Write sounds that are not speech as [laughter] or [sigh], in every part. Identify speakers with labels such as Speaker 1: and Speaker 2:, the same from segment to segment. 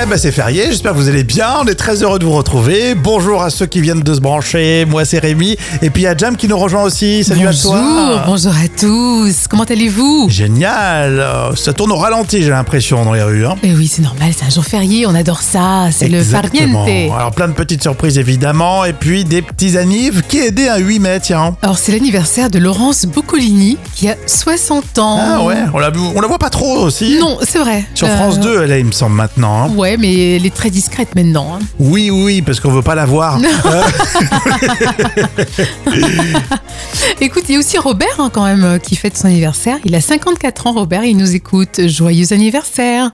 Speaker 1: Eh ben c'est férié, j'espère que vous allez bien, on est très heureux de vous retrouver. Bonjour à ceux qui viennent de se brancher, moi c'est Rémi, et puis il y a Jam qui nous rejoint aussi, salut
Speaker 2: bonjour,
Speaker 1: à toi
Speaker 2: bonjour à tous. Comment allez-vous
Speaker 1: Génial, Euh, ça tourne au ralenti j'ai l'impression dans les rues. Hein.
Speaker 2: Eh oui, c'est normal, c'est un jour férié, on adore ça. C'est le
Speaker 1: Exactement.
Speaker 2: farniente.
Speaker 1: Alors plein de petites surprises évidemment, et puis des petits annives qui est dès un 8 mai tiens.
Speaker 2: Alors, c'est l'anniversaire de Laurence Boccolini qui a 60 ans.
Speaker 1: Ah ouais, on la, on la voit pas trop aussi
Speaker 2: Non, c'est vrai.
Speaker 1: Sur
Speaker 2: Euh,
Speaker 1: France 2 elle est il me semble maintenant. hein.
Speaker 2: Ouais, mais elle est très discrète maintenant. hein.
Speaker 1: Oui oui, oui, parce qu'on veut pas la voir. Euh,
Speaker 2: Écoute, il y a aussi Robert hein, quand même euh, qui fête son anniversaire. Il a 54 ans, Robert, il nous écoute. Joyeux anniversaire.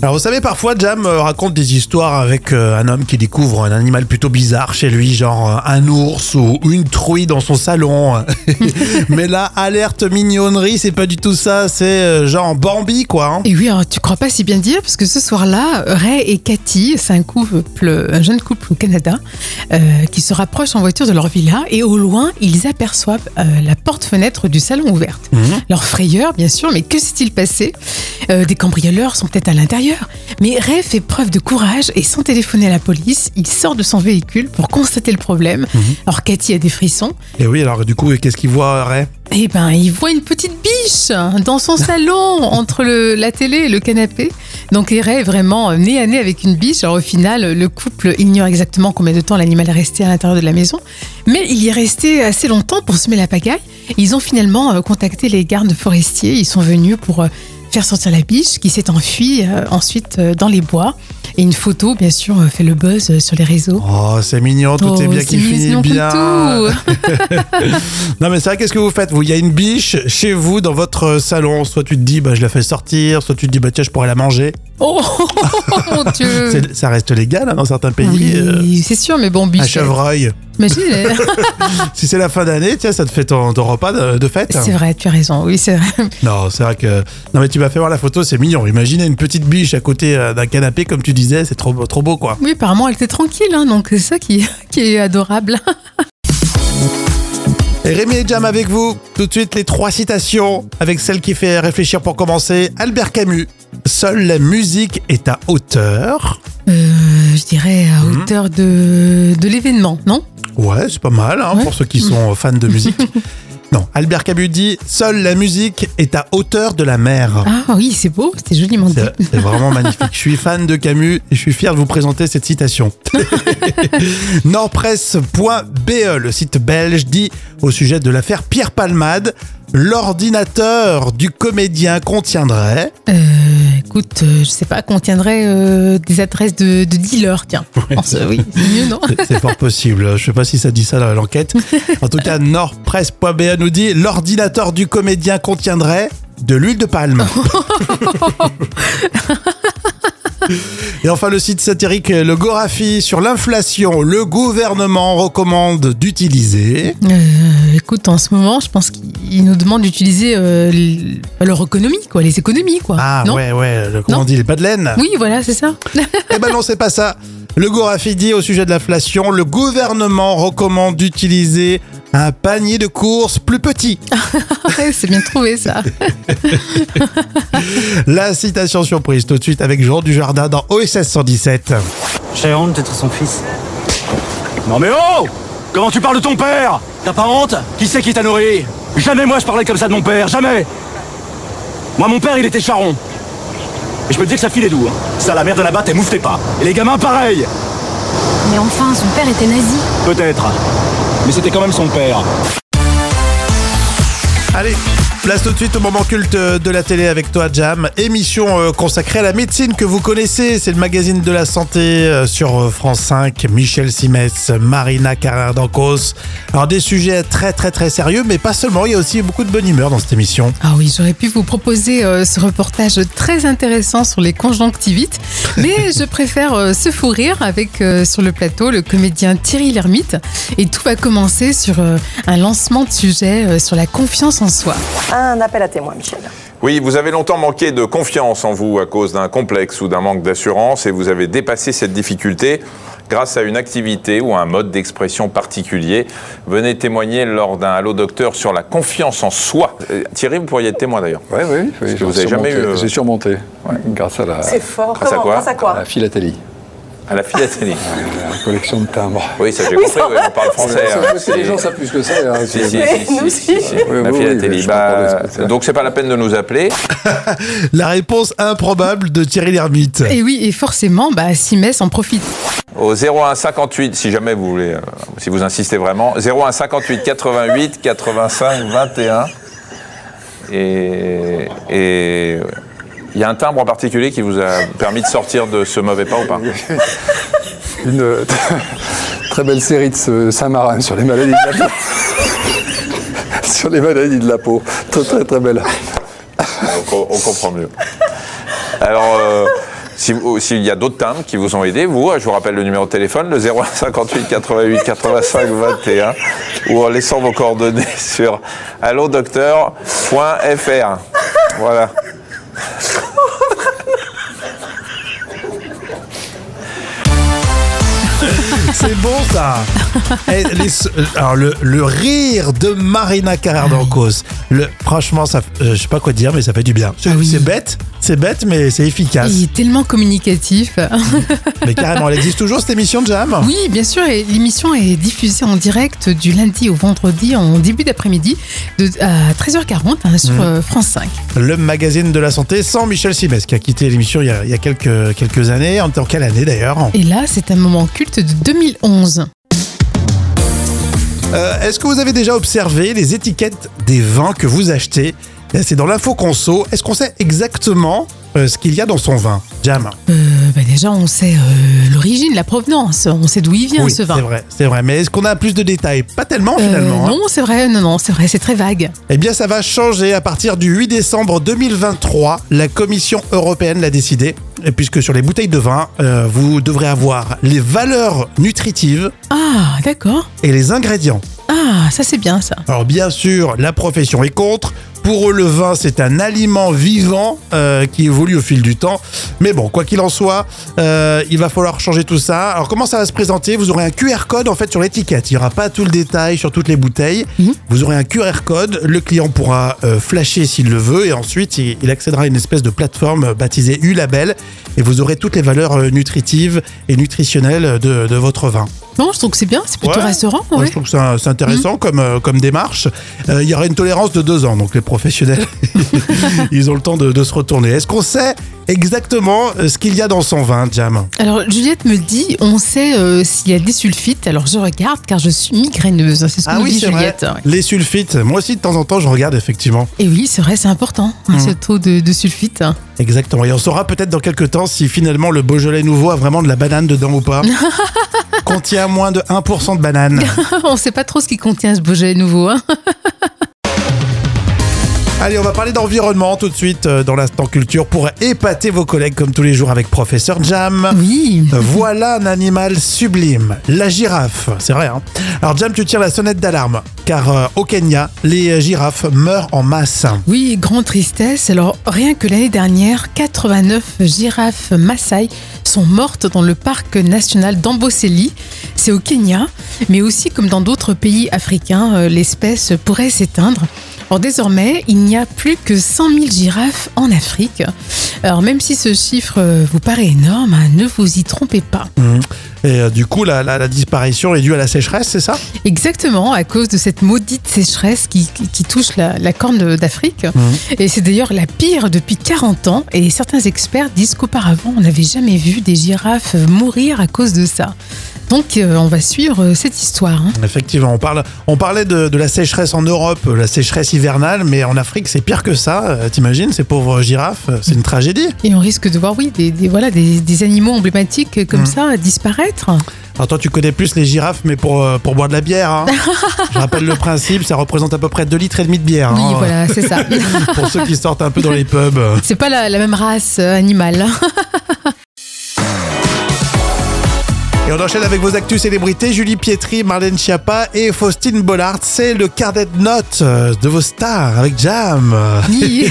Speaker 1: Alors vous savez, parfois Jam euh, raconte des histoires avec euh, un homme qui découvre un animal plutôt bizarre chez lui, genre euh, un ours ou une truie dans son salon. [laughs] Mais là, alerte mignonnerie, c'est pas du tout ça, c'est euh, genre Bambi quoi. hein.
Speaker 2: Et oui, alors, tu crois pas si bien dire, parce que ce soir-là, Ray et Cathy, c'est un couple, un jeune couple au Canada, euh, qui se rapprochent en voiture de leur villa, et au loin, ils aperçoivent euh, la porte-fenêtre du salon ouverte. Leur frayeur, bien sûr, mais que s'est-il passé Euh, Des cambrioleurs sont peut-être à l'intérieur. Mais Ray fait preuve de courage et sans téléphoner à la police, il sort de son véhicule pour constater le problème. Alors Cathy a des frissons,
Speaker 1: Et oui, alors du coup, qu'est-ce qu'il voit Ray
Speaker 2: eh ben, il voit une petite biche dans
Speaker 1: [laughs]
Speaker 2: son salon, entre le- la télé et le canapé. Donc, il est vraiment euh, nez à nez avec une biche. Alors, au final, le couple ignore exactement combien de temps l'animal est resté à l'intérieur de la maison. Mais il y est resté assez longtemps pour semer la pagaille. Ils ont finalement euh, contacté les gardes forestiers. Ils sont venus pour euh, faire sortir la biche qui s'est enfuie euh, ensuite euh, dans les bois. Et une photo, bien sûr, euh, fait le buzz euh, sur les réseaux.
Speaker 1: Oh, c'est mignon, tout est
Speaker 2: Oh,
Speaker 1: bien
Speaker 2: c'est
Speaker 1: qui finit
Speaker 2: mignon comme
Speaker 1: bien.
Speaker 2: tout.
Speaker 1: [laughs] Non mais c'est vrai, qu'est-ce que vous faites Vous, il y a une biche chez vous dans votre salon. Soit tu te dis, bah je la fais sortir, soit tu te dis, bah tiens, je pourrais la manger.
Speaker 2: Oh mon Dieu
Speaker 1: C'est- Ça reste légal hein, dans certains pays. euh,
Speaker 2: Euh. Oui, c'est sûr, mais bon, biche.
Speaker 1: un chevreuil. [laughs]
Speaker 2: Imagine, euh, elle-
Speaker 1: Si c'est la fin d'année, tiens, ça te fait ton, ton repas de, de fête.
Speaker 2: c'est vrai, tu as raison. Oui,
Speaker 1: [laughs]
Speaker 2: c'est vrai.
Speaker 1: Non, c'est vrai que. Non, mais tu m'as fait voir la photo, c'est mignon. Imaginez une petite biche à côté euh, d'un canapé, comme tu disais, c'est trop, beau- trop beau, quoi.
Speaker 2: Oui, apparemment, elle était tranquille, hein, donc c'est ça qui, qui
Speaker 1: [laughs]
Speaker 2: est adorable.
Speaker 1: Et Rémi et Jam avec vous. Tout de suite, les trois citations, avec celle qui fait réfléchir pour commencer. Albert Camus. Seule la musique est à hauteur.
Speaker 2: Euh, je dirais à hauteur de, de l'événement, non
Speaker 1: Ouais, c'est pas mal, hein,
Speaker 2: Ouais.
Speaker 1: pour ceux qui sont fans de
Speaker 2: [laughs]
Speaker 1: musique. non, Albert Camus dit Seule la musique est à hauteur de la mer.
Speaker 2: Ah oui, c'est beau, c'était joliment dit.
Speaker 1: C'est c'est vraiment magnifique. Je suis fan de Camus et je suis fier de vous présenter cette citation. [laughs] Nordpresse.be, le site belge, dit au sujet de l'affaire Pierre Palmade L'ordinateur du comédien contiendrait.
Speaker 2: Euh, écoute, euh, je sais pas, contiendrait euh, des adresses de, de dealers, tiens. En ce- oui, c'est mieux, non
Speaker 1: C'est- C'est fort possible. Je sais pas si ça dit ça dans l'enquête. En tout cas, Nordpresse.be nous dit L'ordinateur du comédien contiendrait de l'huile de palme. Et enfin, le site satirique Le Gorafi sur l'inflation, le gouvernement recommande d'utiliser.
Speaker 2: Euh, Écoute, en ce moment, je pense qu'ils nous demandent d'utiliser euh, l- leur économie, quoi, les économies, quoi.
Speaker 1: Ah
Speaker 2: non
Speaker 1: ouais, ouais, le, comment
Speaker 2: Non.
Speaker 1: on dit, les pas de
Speaker 2: [laughs]
Speaker 1: laine
Speaker 2: Oui, voilà, c'est ça.
Speaker 1: Eh ben non, c'est pas ça. Le Gorafi dit au sujet de l'inflation, le gouvernement recommande d'utiliser un panier de courses plus petit.
Speaker 2: Ouais, c'est bien
Speaker 1: [laughs]
Speaker 2: trouvé, ça.
Speaker 1: La citation surprise tout de suite avec Jean Dujardin dans OSS 117.
Speaker 3: J'ai honte d'être son fils.
Speaker 4: Non mais oh Comment tu parles de ton père T'as pas honte Qui c'est qui t'a nourri Jamais moi je parlais comme ça de mon père, jamais Moi mon père il était charron. Et je peux te dire que ça filait doux. hein. Ça la mère de là-bas t'es mouveté pas. Et les gamins pareil
Speaker 5: Mais enfin, son père était nazi.
Speaker 4: Peut-être. Mais c'était quand même son père.
Speaker 1: Allez, place tout de suite au moment culte de la télé avec toi Jam, émission euh, consacrée à la médecine que vous connaissez, c'est le magazine de la santé euh, sur euh, France 5, Michel Simès, Marina Carrère d'Ancos. Alors des sujets très très très sérieux, mais pas seulement, il y a aussi beaucoup de bonne humeur dans cette émission.
Speaker 2: Ah oui, j'aurais pu vous proposer euh, ce reportage très intéressant sur les conjonctivites, mais je préfère euh, se fou rire avec euh, sur le plateau le comédien Thierry Lhermitte. Et tout va commencer sur euh, un lancement de sujet euh, sur la confiance en soi.
Speaker 6: Un appel à témoins, Michel.
Speaker 7: Oui, vous avez longtemps manqué de confiance en vous à cause d'un complexe ou d'un manque d'assurance et vous avez dépassé cette difficulté grâce à une activité ou à un mode d'expression particulier. Venez témoigner lors d'un Halo Docteur sur la confiance en soi. Euh, Thierry, vous pourriez être témoin d'ailleurs.
Speaker 6: Oui, oui. oui
Speaker 7: que vous avez jamais eu, euh,
Speaker 6: J'ai surmonté, grâce à la,
Speaker 8: C'est fort.
Speaker 7: Grâce à
Speaker 8: Comment
Speaker 7: quoi
Speaker 8: Grâce à
Speaker 6: à
Speaker 8: quoi
Speaker 6: la philatélie,
Speaker 7: À la
Speaker 6: [laughs]
Speaker 7: philatélie.
Speaker 6: la collection de timbres.
Speaker 7: Oui, ça j'ai compris, oui, on parle français. hein.
Speaker 6: Sauf que les gens savent plus que ça. hein,
Speaker 7: Si,
Speaker 6: c'est-
Speaker 7: si,
Speaker 8: Mais
Speaker 7: si, si,
Speaker 8: nous
Speaker 7: si,
Speaker 8: aussi.
Speaker 7: si.
Speaker 6: Oui,
Speaker 7: La
Speaker 6: oui, oui,
Speaker 7: philatélie.
Speaker 6: je parle
Speaker 7: bah,
Speaker 6: espagnol.
Speaker 7: donc c'est pas la peine de nous appeler.
Speaker 1: La réponse improbable de Thierry Lhermitte.
Speaker 2: Et oui, et forcément, bah, Simès en profite.
Speaker 7: Au 01 58, si jamais vous voulez, euh, si vous insistez vraiment, 01 58 88 85 21. Et et il y a un timbre en particulier qui vous a permis de sortir de ce mauvais pas ou pas
Speaker 6: Une euh, [laughs] très belle série de ce Saint-Marin sur les maladies de la peau. [laughs] sur les maladies de la peau. Très, très, très belle.
Speaker 7: on, co- on comprend mieux. Alors, euh, si vous- s'il y a d'autres timbres qui vous ont aidé, vous, je vous rappelle le numéro de téléphone, le 01 58 88 85 21, ou en laissant vos coordonnées [laughs] sur allodocteur.fr. Voilà.
Speaker 1: C'est bon ça. Eh, les so- alors le, le rire de Marina Carrère d'Ancos. Le franchement ça, euh, je sais pas quoi dire mais ça fait du bien. C'est c'est bête, c'est bête mais c'est efficace.
Speaker 2: Il est tellement communicatif. [laughs]
Speaker 1: Mais carrément, elle existe toujours cette émission de Jam.
Speaker 2: Oui, bien sûr, et l'émission est diffusée en direct du lundi au vendredi en début d'après-midi de- à 13h40 hein, sur euh, France 5.
Speaker 1: Le magazine de la santé sans Michel Simès qui a quitté l'émission il y a, il y a quelques quelques années. En en quelle année d'ailleurs
Speaker 2: Et là, c'est un moment culte de 2011.
Speaker 1: Euh, Est-ce que vous avez déjà observé les étiquettes des vins que vous achetez Là, C'est dans l'info conso. Est-ce qu'on sait exactement euh, ce qu'il y a dans son vin Jam.
Speaker 2: Euh, bah déjà, on sait euh, l'origine, la provenance, on sait d'où il vient
Speaker 1: oui,
Speaker 2: ce
Speaker 1: c'est
Speaker 2: vin.
Speaker 1: vrai, c'est vrai. Mais est-ce qu'on a plus de détails Pas tellement
Speaker 2: Euh,
Speaker 1: finalement. hein.
Speaker 2: non, c'est vrai, non, non, c'est vrai, c'est très vague.
Speaker 1: Eh bien, ça va changer à partir du 8 décembre 2023. La Commission européenne l'a décidé, Et puisque sur les bouteilles de vin, euh, vous devrez avoir les valeurs nutritives
Speaker 2: Ah, d'accord.
Speaker 1: et les ingrédients.
Speaker 2: Ah, ça c'est bien ça.
Speaker 1: Alors bien sûr, la profession est contre. Pour eux, le vin, c'est un aliment vivant euh, qui évolue au fil du temps. Mais bon, quoi qu'il en soit, euh, il va falloir changer tout ça. Alors comment ça va se présenter Vous aurez un QR code en fait sur l'étiquette. Il n'y aura pas tout le détail sur toutes les bouteilles.
Speaker 2: Mhm.
Speaker 1: Vous aurez un QR code. Le client pourra euh, flasher s'il le veut et ensuite il, il accédera à une espèce de plateforme euh, baptisée U-Label et vous aurez toutes les valeurs euh, nutritives et nutritionnelles de- de votre vin.
Speaker 2: Non, je trouve que c'est bien, c'est plutôt
Speaker 1: Ouais.
Speaker 2: rassurant.
Speaker 1: Moi,
Speaker 2: ouais.
Speaker 1: je trouve que c'est un- c'est intéressant comme, euh, comme démarche. Euh, Il y aurait une tolérance de deux ans, donc les professionnels, ils ont le temps de, de se retourner. Est-ce qu'on sait exactement euh, ce qu'il y a dans son vin, Jam
Speaker 2: Alors Juliette me dit, on sait euh, s'il y a des sulfites. Alors je regarde car je suis migraineuse. Ah C'est ce
Speaker 1: Ah
Speaker 2: que nous dit Juliette.
Speaker 1: Les sulfites, moi aussi de temps en temps, je regarde effectivement.
Speaker 2: Et oui, c'est vrai, c'est important hein,
Speaker 1: Hmm.
Speaker 2: ce taux de, de sulfite.
Speaker 1: Exactement. Et on saura peut-être dans quelques temps si finalement le Beaujolais nouveau a vraiment de la banane dedans ou pas. Contient moins de 1% de banane.
Speaker 2: [laughs] on sait pas trop ce qui contient ce Beaujolais
Speaker 1: [laughs]
Speaker 2: nouveau. hein.
Speaker 1: Allez, on va parler d'environnement tout de suite euh, dans l'instant culture pour épater vos collègues comme tous les jours avec Professeur Jam.
Speaker 2: Oui.
Speaker 1: Voilà un animal sublime, la girafe. C'est vrai. Hein Alors Jam, tu tires la sonnette d'alarme, car euh, au Kenya, les euh, girafes meurent en masse.
Speaker 2: Oui, grande tristesse. Alors, rien que l'année dernière, 89 girafes Maasai sont mortes dans le parc national d'Amboseli. C'est au Kenya, mais aussi comme dans d'autres pays africains, euh, l'espèce pourrait s'éteindre. Or, désormais, il n'y a plus que 100 000 girafes en Afrique. Alors, même si ce chiffre euh, vous paraît énorme, hein, ne vous y trompez pas.
Speaker 1: Et euh, du coup, la, la- la disparition est due à la sécheresse, c'est ça
Speaker 2: Exactement, à cause de cette maudite sécheresse qui, qui- qui touche la, la corne d'Afrique. Et c'est d'ailleurs la pire depuis 40 ans. Et certains experts disent qu'auparavant, on n'avait jamais vu des girafes mourir à cause de ça. Donc, euh, on va suivre euh, cette histoire. hein.
Speaker 1: Effectivement, on, parle, on parlait de, de la sécheresse en Europe, euh, la sécheresse hivernale, mais en Afrique, c'est pire que ça. euh, T'imagines, ces pauvres girafes, euh, c'est une tragédie.
Speaker 2: Et on risque de voir, oui, des, des- voilà, des, des animaux emblématiques comme
Speaker 1: Mhm.
Speaker 2: ça disparaître.
Speaker 1: Alors toi, tu connais plus les girafes, mais pour, euh, pour boire de la bière. hein. Je rappelle le principe, ça représente à peu près 2 litres et demi de bière.
Speaker 2: Oui,
Speaker 1: hein,
Speaker 2: voilà, c'est ça.
Speaker 1: Pour ceux qui sortent un peu dans les pubs.
Speaker 2: c'est pas la, la même race euh, animale.
Speaker 1: Et on enchaîne avec vos actus célébrités, Julie Pietri, Marlène Schiappa et Faustine Bollard. C'est le carnet de notes euh, de vos stars avec Jam.
Speaker 2: Ni.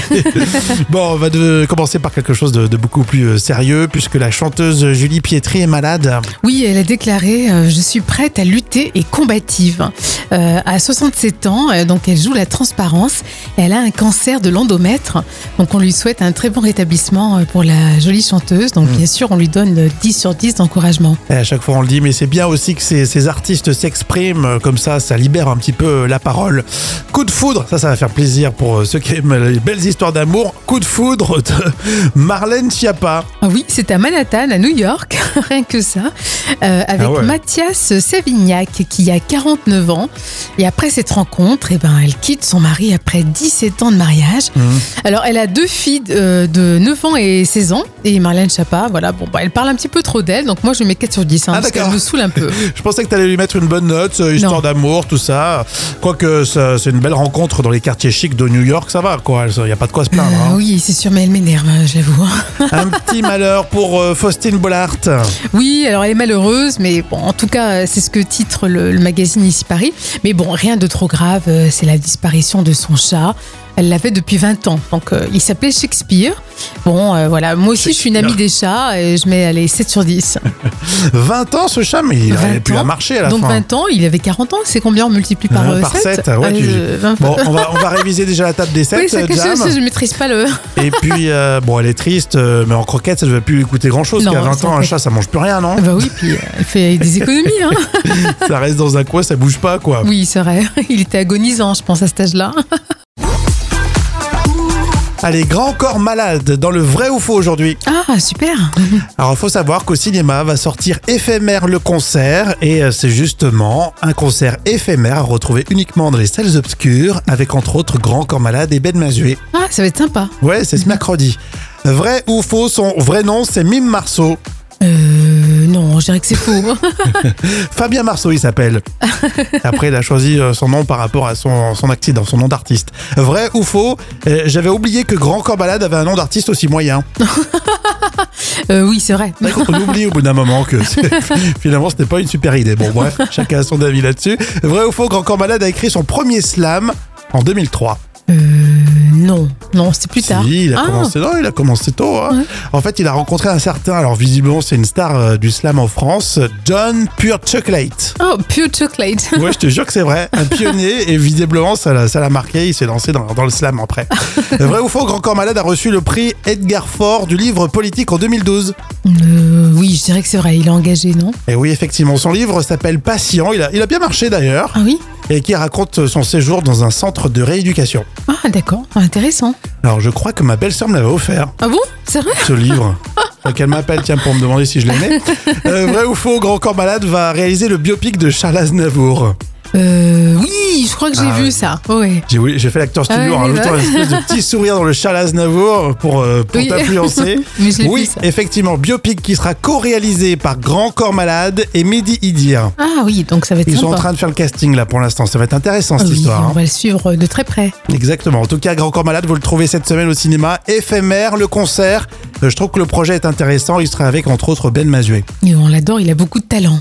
Speaker 1: [laughs] Bon, on va de- commencer par quelque chose de, de beaucoup plus euh, sérieux puisque la chanteuse Julie Pietri est malade.
Speaker 2: Oui, elle a déclaré euh, Je suis prête à lutter et combative. Euh, à 67 ans, euh, donc elle joue la transparence. Elle a un cancer de l'endomètre. Donc on lui souhaite un très bon rétablissement euh, pour la jolie chanteuse. Donc bien sûr, on lui donne euh, 10 sur 10 d'encouragement.
Speaker 1: Et à chaque fois, on le dit, mais c'est bien aussi que ces, ces artistes s'expriment. euh, Comme ça, ça libère un petit peu euh, la parole. Coup de foudre, ça, ça va faire plaisir pour euh, ceux qui aiment les belles histoires d'amour. Coup de foudre de [laughs] Marlène Schiappa.
Speaker 2: Ah Oui, c'est à Manhattan, à New York, [laughs] rien que ça, euh, avec
Speaker 1: Ah ouais.
Speaker 2: Mathias Savignac qui a 49 ans. Et après cette rencontre, eh ben, elle quitte son mari après 17 ans de mariage.
Speaker 1: Mmh.
Speaker 2: Alors, elle a deux filles euh, de 9 ans et 16 ans. Et Marlène Chapa, voilà, bon, bah, elle parle un petit peu trop d'elle, donc moi je lui mets 4 sur 10, hein,
Speaker 1: Ah,
Speaker 2: parce
Speaker 1: d'accord.
Speaker 2: qu'elle me saoule
Speaker 1: [laughs]
Speaker 2: un peu.
Speaker 1: Je pensais que t'allais lui mettre une bonne note, euh, histoire
Speaker 2: Non.
Speaker 1: d'amour, tout ça. Quoique ça- c'est une belle rencontre dans les quartiers chics de New York, ça va quoi. Il n'y a pas de quoi se plaindre.
Speaker 2: Euh, [laughs]
Speaker 1: hein.
Speaker 2: oui, c'est sûr, mais elle m'énerve, hein, j'avoue.
Speaker 1: Un petit malheur pour euh, Faustine Bollard.
Speaker 2: Oui, alors elle est malheureuse, mais bon, en tout cas, c'est ce que titre le, le magazine Ici Paris. Mais bon, rien de trop grave, euh, c'est la disparition de son chat. Elle l'avait depuis 20 ans, donc euh, il s'appelait Shakespeare. Bon, euh, voilà, moi aussi je suis une amie des chats et je mets allez, 7 sur 10.
Speaker 1: 20 ans ce chat, mais il n'avait
Speaker 2: 20
Speaker 1: plus à
Speaker 2: ans.
Speaker 1: marcher à la
Speaker 2: donc
Speaker 1: fin.
Speaker 2: 20 ans, il avait 40 ans, c'est combien on multiplie par,
Speaker 1: Euh,
Speaker 2: euh,
Speaker 1: par
Speaker 2: sept
Speaker 1: sept, ouais,
Speaker 2: Ah,
Speaker 1: tu-
Speaker 2: je- vingt-
Speaker 1: Bon, on va, on va réviser déjà la table des 7,
Speaker 2: oui, ça cache
Speaker 1: Jam.
Speaker 2: aussi, je maîtrise pas le.
Speaker 1: Et puis, euh, bon, elle est triste, euh, mais en croquette, ça ne devait plus lui coûter grand chose.
Speaker 2: Non,
Speaker 1: Parce qu'à 20
Speaker 2: c'est
Speaker 1: ans, un
Speaker 2: vrai.
Speaker 1: chat, ça mange plus rien, non
Speaker 2: bah oui, puis euh, elle fait des économies. Hein.
Speaker 1: [laughs] Ça reste dans un coin, ça bouge pas, quoi.
Speaker 2: Oui, c'est vrai. Il était agonisant, je pense, à cet âge-là.
Speaker 1: Allez, grand corps malade, dans le vrai ou faux aujourd'hui.
Speaker 2: Ah, super.
Speaker 1: Alors, il faut savoir qu'au cinéma va sortir éphémère le concert, et euh, c'est justement un concert éphémère à retrouver uniquement dans les salles obscures, avec entre autres Grand Corps Malade et Ben Mazué.
Speaker 2: Ah, ça va être sympa.
Speaker 1: Ouais, c'est ce mercredi. Vrai ou faux, son vrai nom, c'est Mime Marceau.
Speaker 2: Euh, non, je dirais que c'est faux.
Speaker 1: [laughs] Fabien Marceau, il s'appelle. Après, il a choisi euh, son nom par rapport à son, son accident, son nom d'artiste. Vrai ou faux euh, J'avais oublié que Grand Corps Malade avait un nom d'artiste aussi moyen.
Speaker 2: Euh, oui, c'est vrai.
Speaker 1: C'est vrai Bah, qu'on oublie au bout d'un moment que c'est- finalement, ce n'est pas une super idée. Bon, bref, chacun a son avis là-dessus. Vrai ou faux Grand Corps Malade a écrit son premier slam en 2003.
Speaker 2: Euh, Non, non, c'était plus tard.
Speaker 1: Si, il a
Speaker 2: Ah,
Speaker 1: commencé, non, il a commencé tôt. hein. En fait, il a rencontré un certain, alors visiblement, c'est une star euh, du slam en France, John Pure Chocolate.
Speaker 2: Oh, pure chocolate.
Speaker 1: Ouais, je te jure que c'est vrai. Un pionnier, et visiblement, ça l'a ça l'a marqué. Il s'est lancé dans, dans le slam après. Vrai ou faux, Grand Corps Malade a reçu le prix Edgar Faure du livre politique en 2012.
Speaker 2: Euh, oui, je dirais que c'est vrai. Il est engagé, non
Speaker 1: Et oui, effectivement, son livre s'appelle Patient. Il a, il a bien marché d'ailleurs,
Speaker 2: Ah oui
Speaker 1: et qui raconte son séjour dans un centre de rééducation.
Speaker 2: Ah, d'accord. Intéressant.
Speaker 1: Alors, je crois que ma belle-sœur me l'avait offert,
Speaker 2: Ah bon C'est vrai
Speaker 1: ce
Speaker 2: [laughs]
Speaker 1: livre. Faut qu'elle m'appelle, tiens, pour me demander si je l'aimais. Euh, vrai ou faux, Grand Corps Malade va réaliser le biopic de Charles Aznavour.
Speaker 2: euh, Oui, je crois que j'ai
Speaker 1: Ah
Speaker 2: vu
Speaker 1: ouais.
Speaker 2: ça. Ouais.
Speaker 1: J'ai oui, j'ai fait l'acteur
Speaker 2: Ah
Speaker 1: studio en
Speaker 2: oui,
Speaker 1: rajoutant
Speaker 2: bah.
Speaker 1: une espèce de petit sourire dans le Charles Aznavour pour, euh, pour
Speaker 2: Oui.
Speaker 1: t'influencer.
Speaker 2: Mais [laughs] je l'ai
Speaker 1: oui,
Speaker 2: vu, ça.
Speaker 1: effectivement, biopic qui sera co-réalisé par Grand Corps Malade et Mehdi Idir.
Speaker 2: Ah oui, donc ça va être
Speaker 1: Ils sont
Speaker 2: sympa.
Speaker 1: en train de faire le casting là pour l'instant, ça va être intéressant cette
Speaker 2: Oui,
Speaker 1: histoire.
Speaker 2: on
Speaker 1: hein.
Speaker 2: va le suivre de très près.
Speaker 1: Exactement. En tout cas, Grand Corps Malade, vous le trouvez cette semaine au cinéma. Éphémère, le concert. Euh, Je trouve que le projet est intéressant. Il sera avec entre autres Ben Mazué.
Speaker 2: Et on l'adore, il a beaucoup de talent.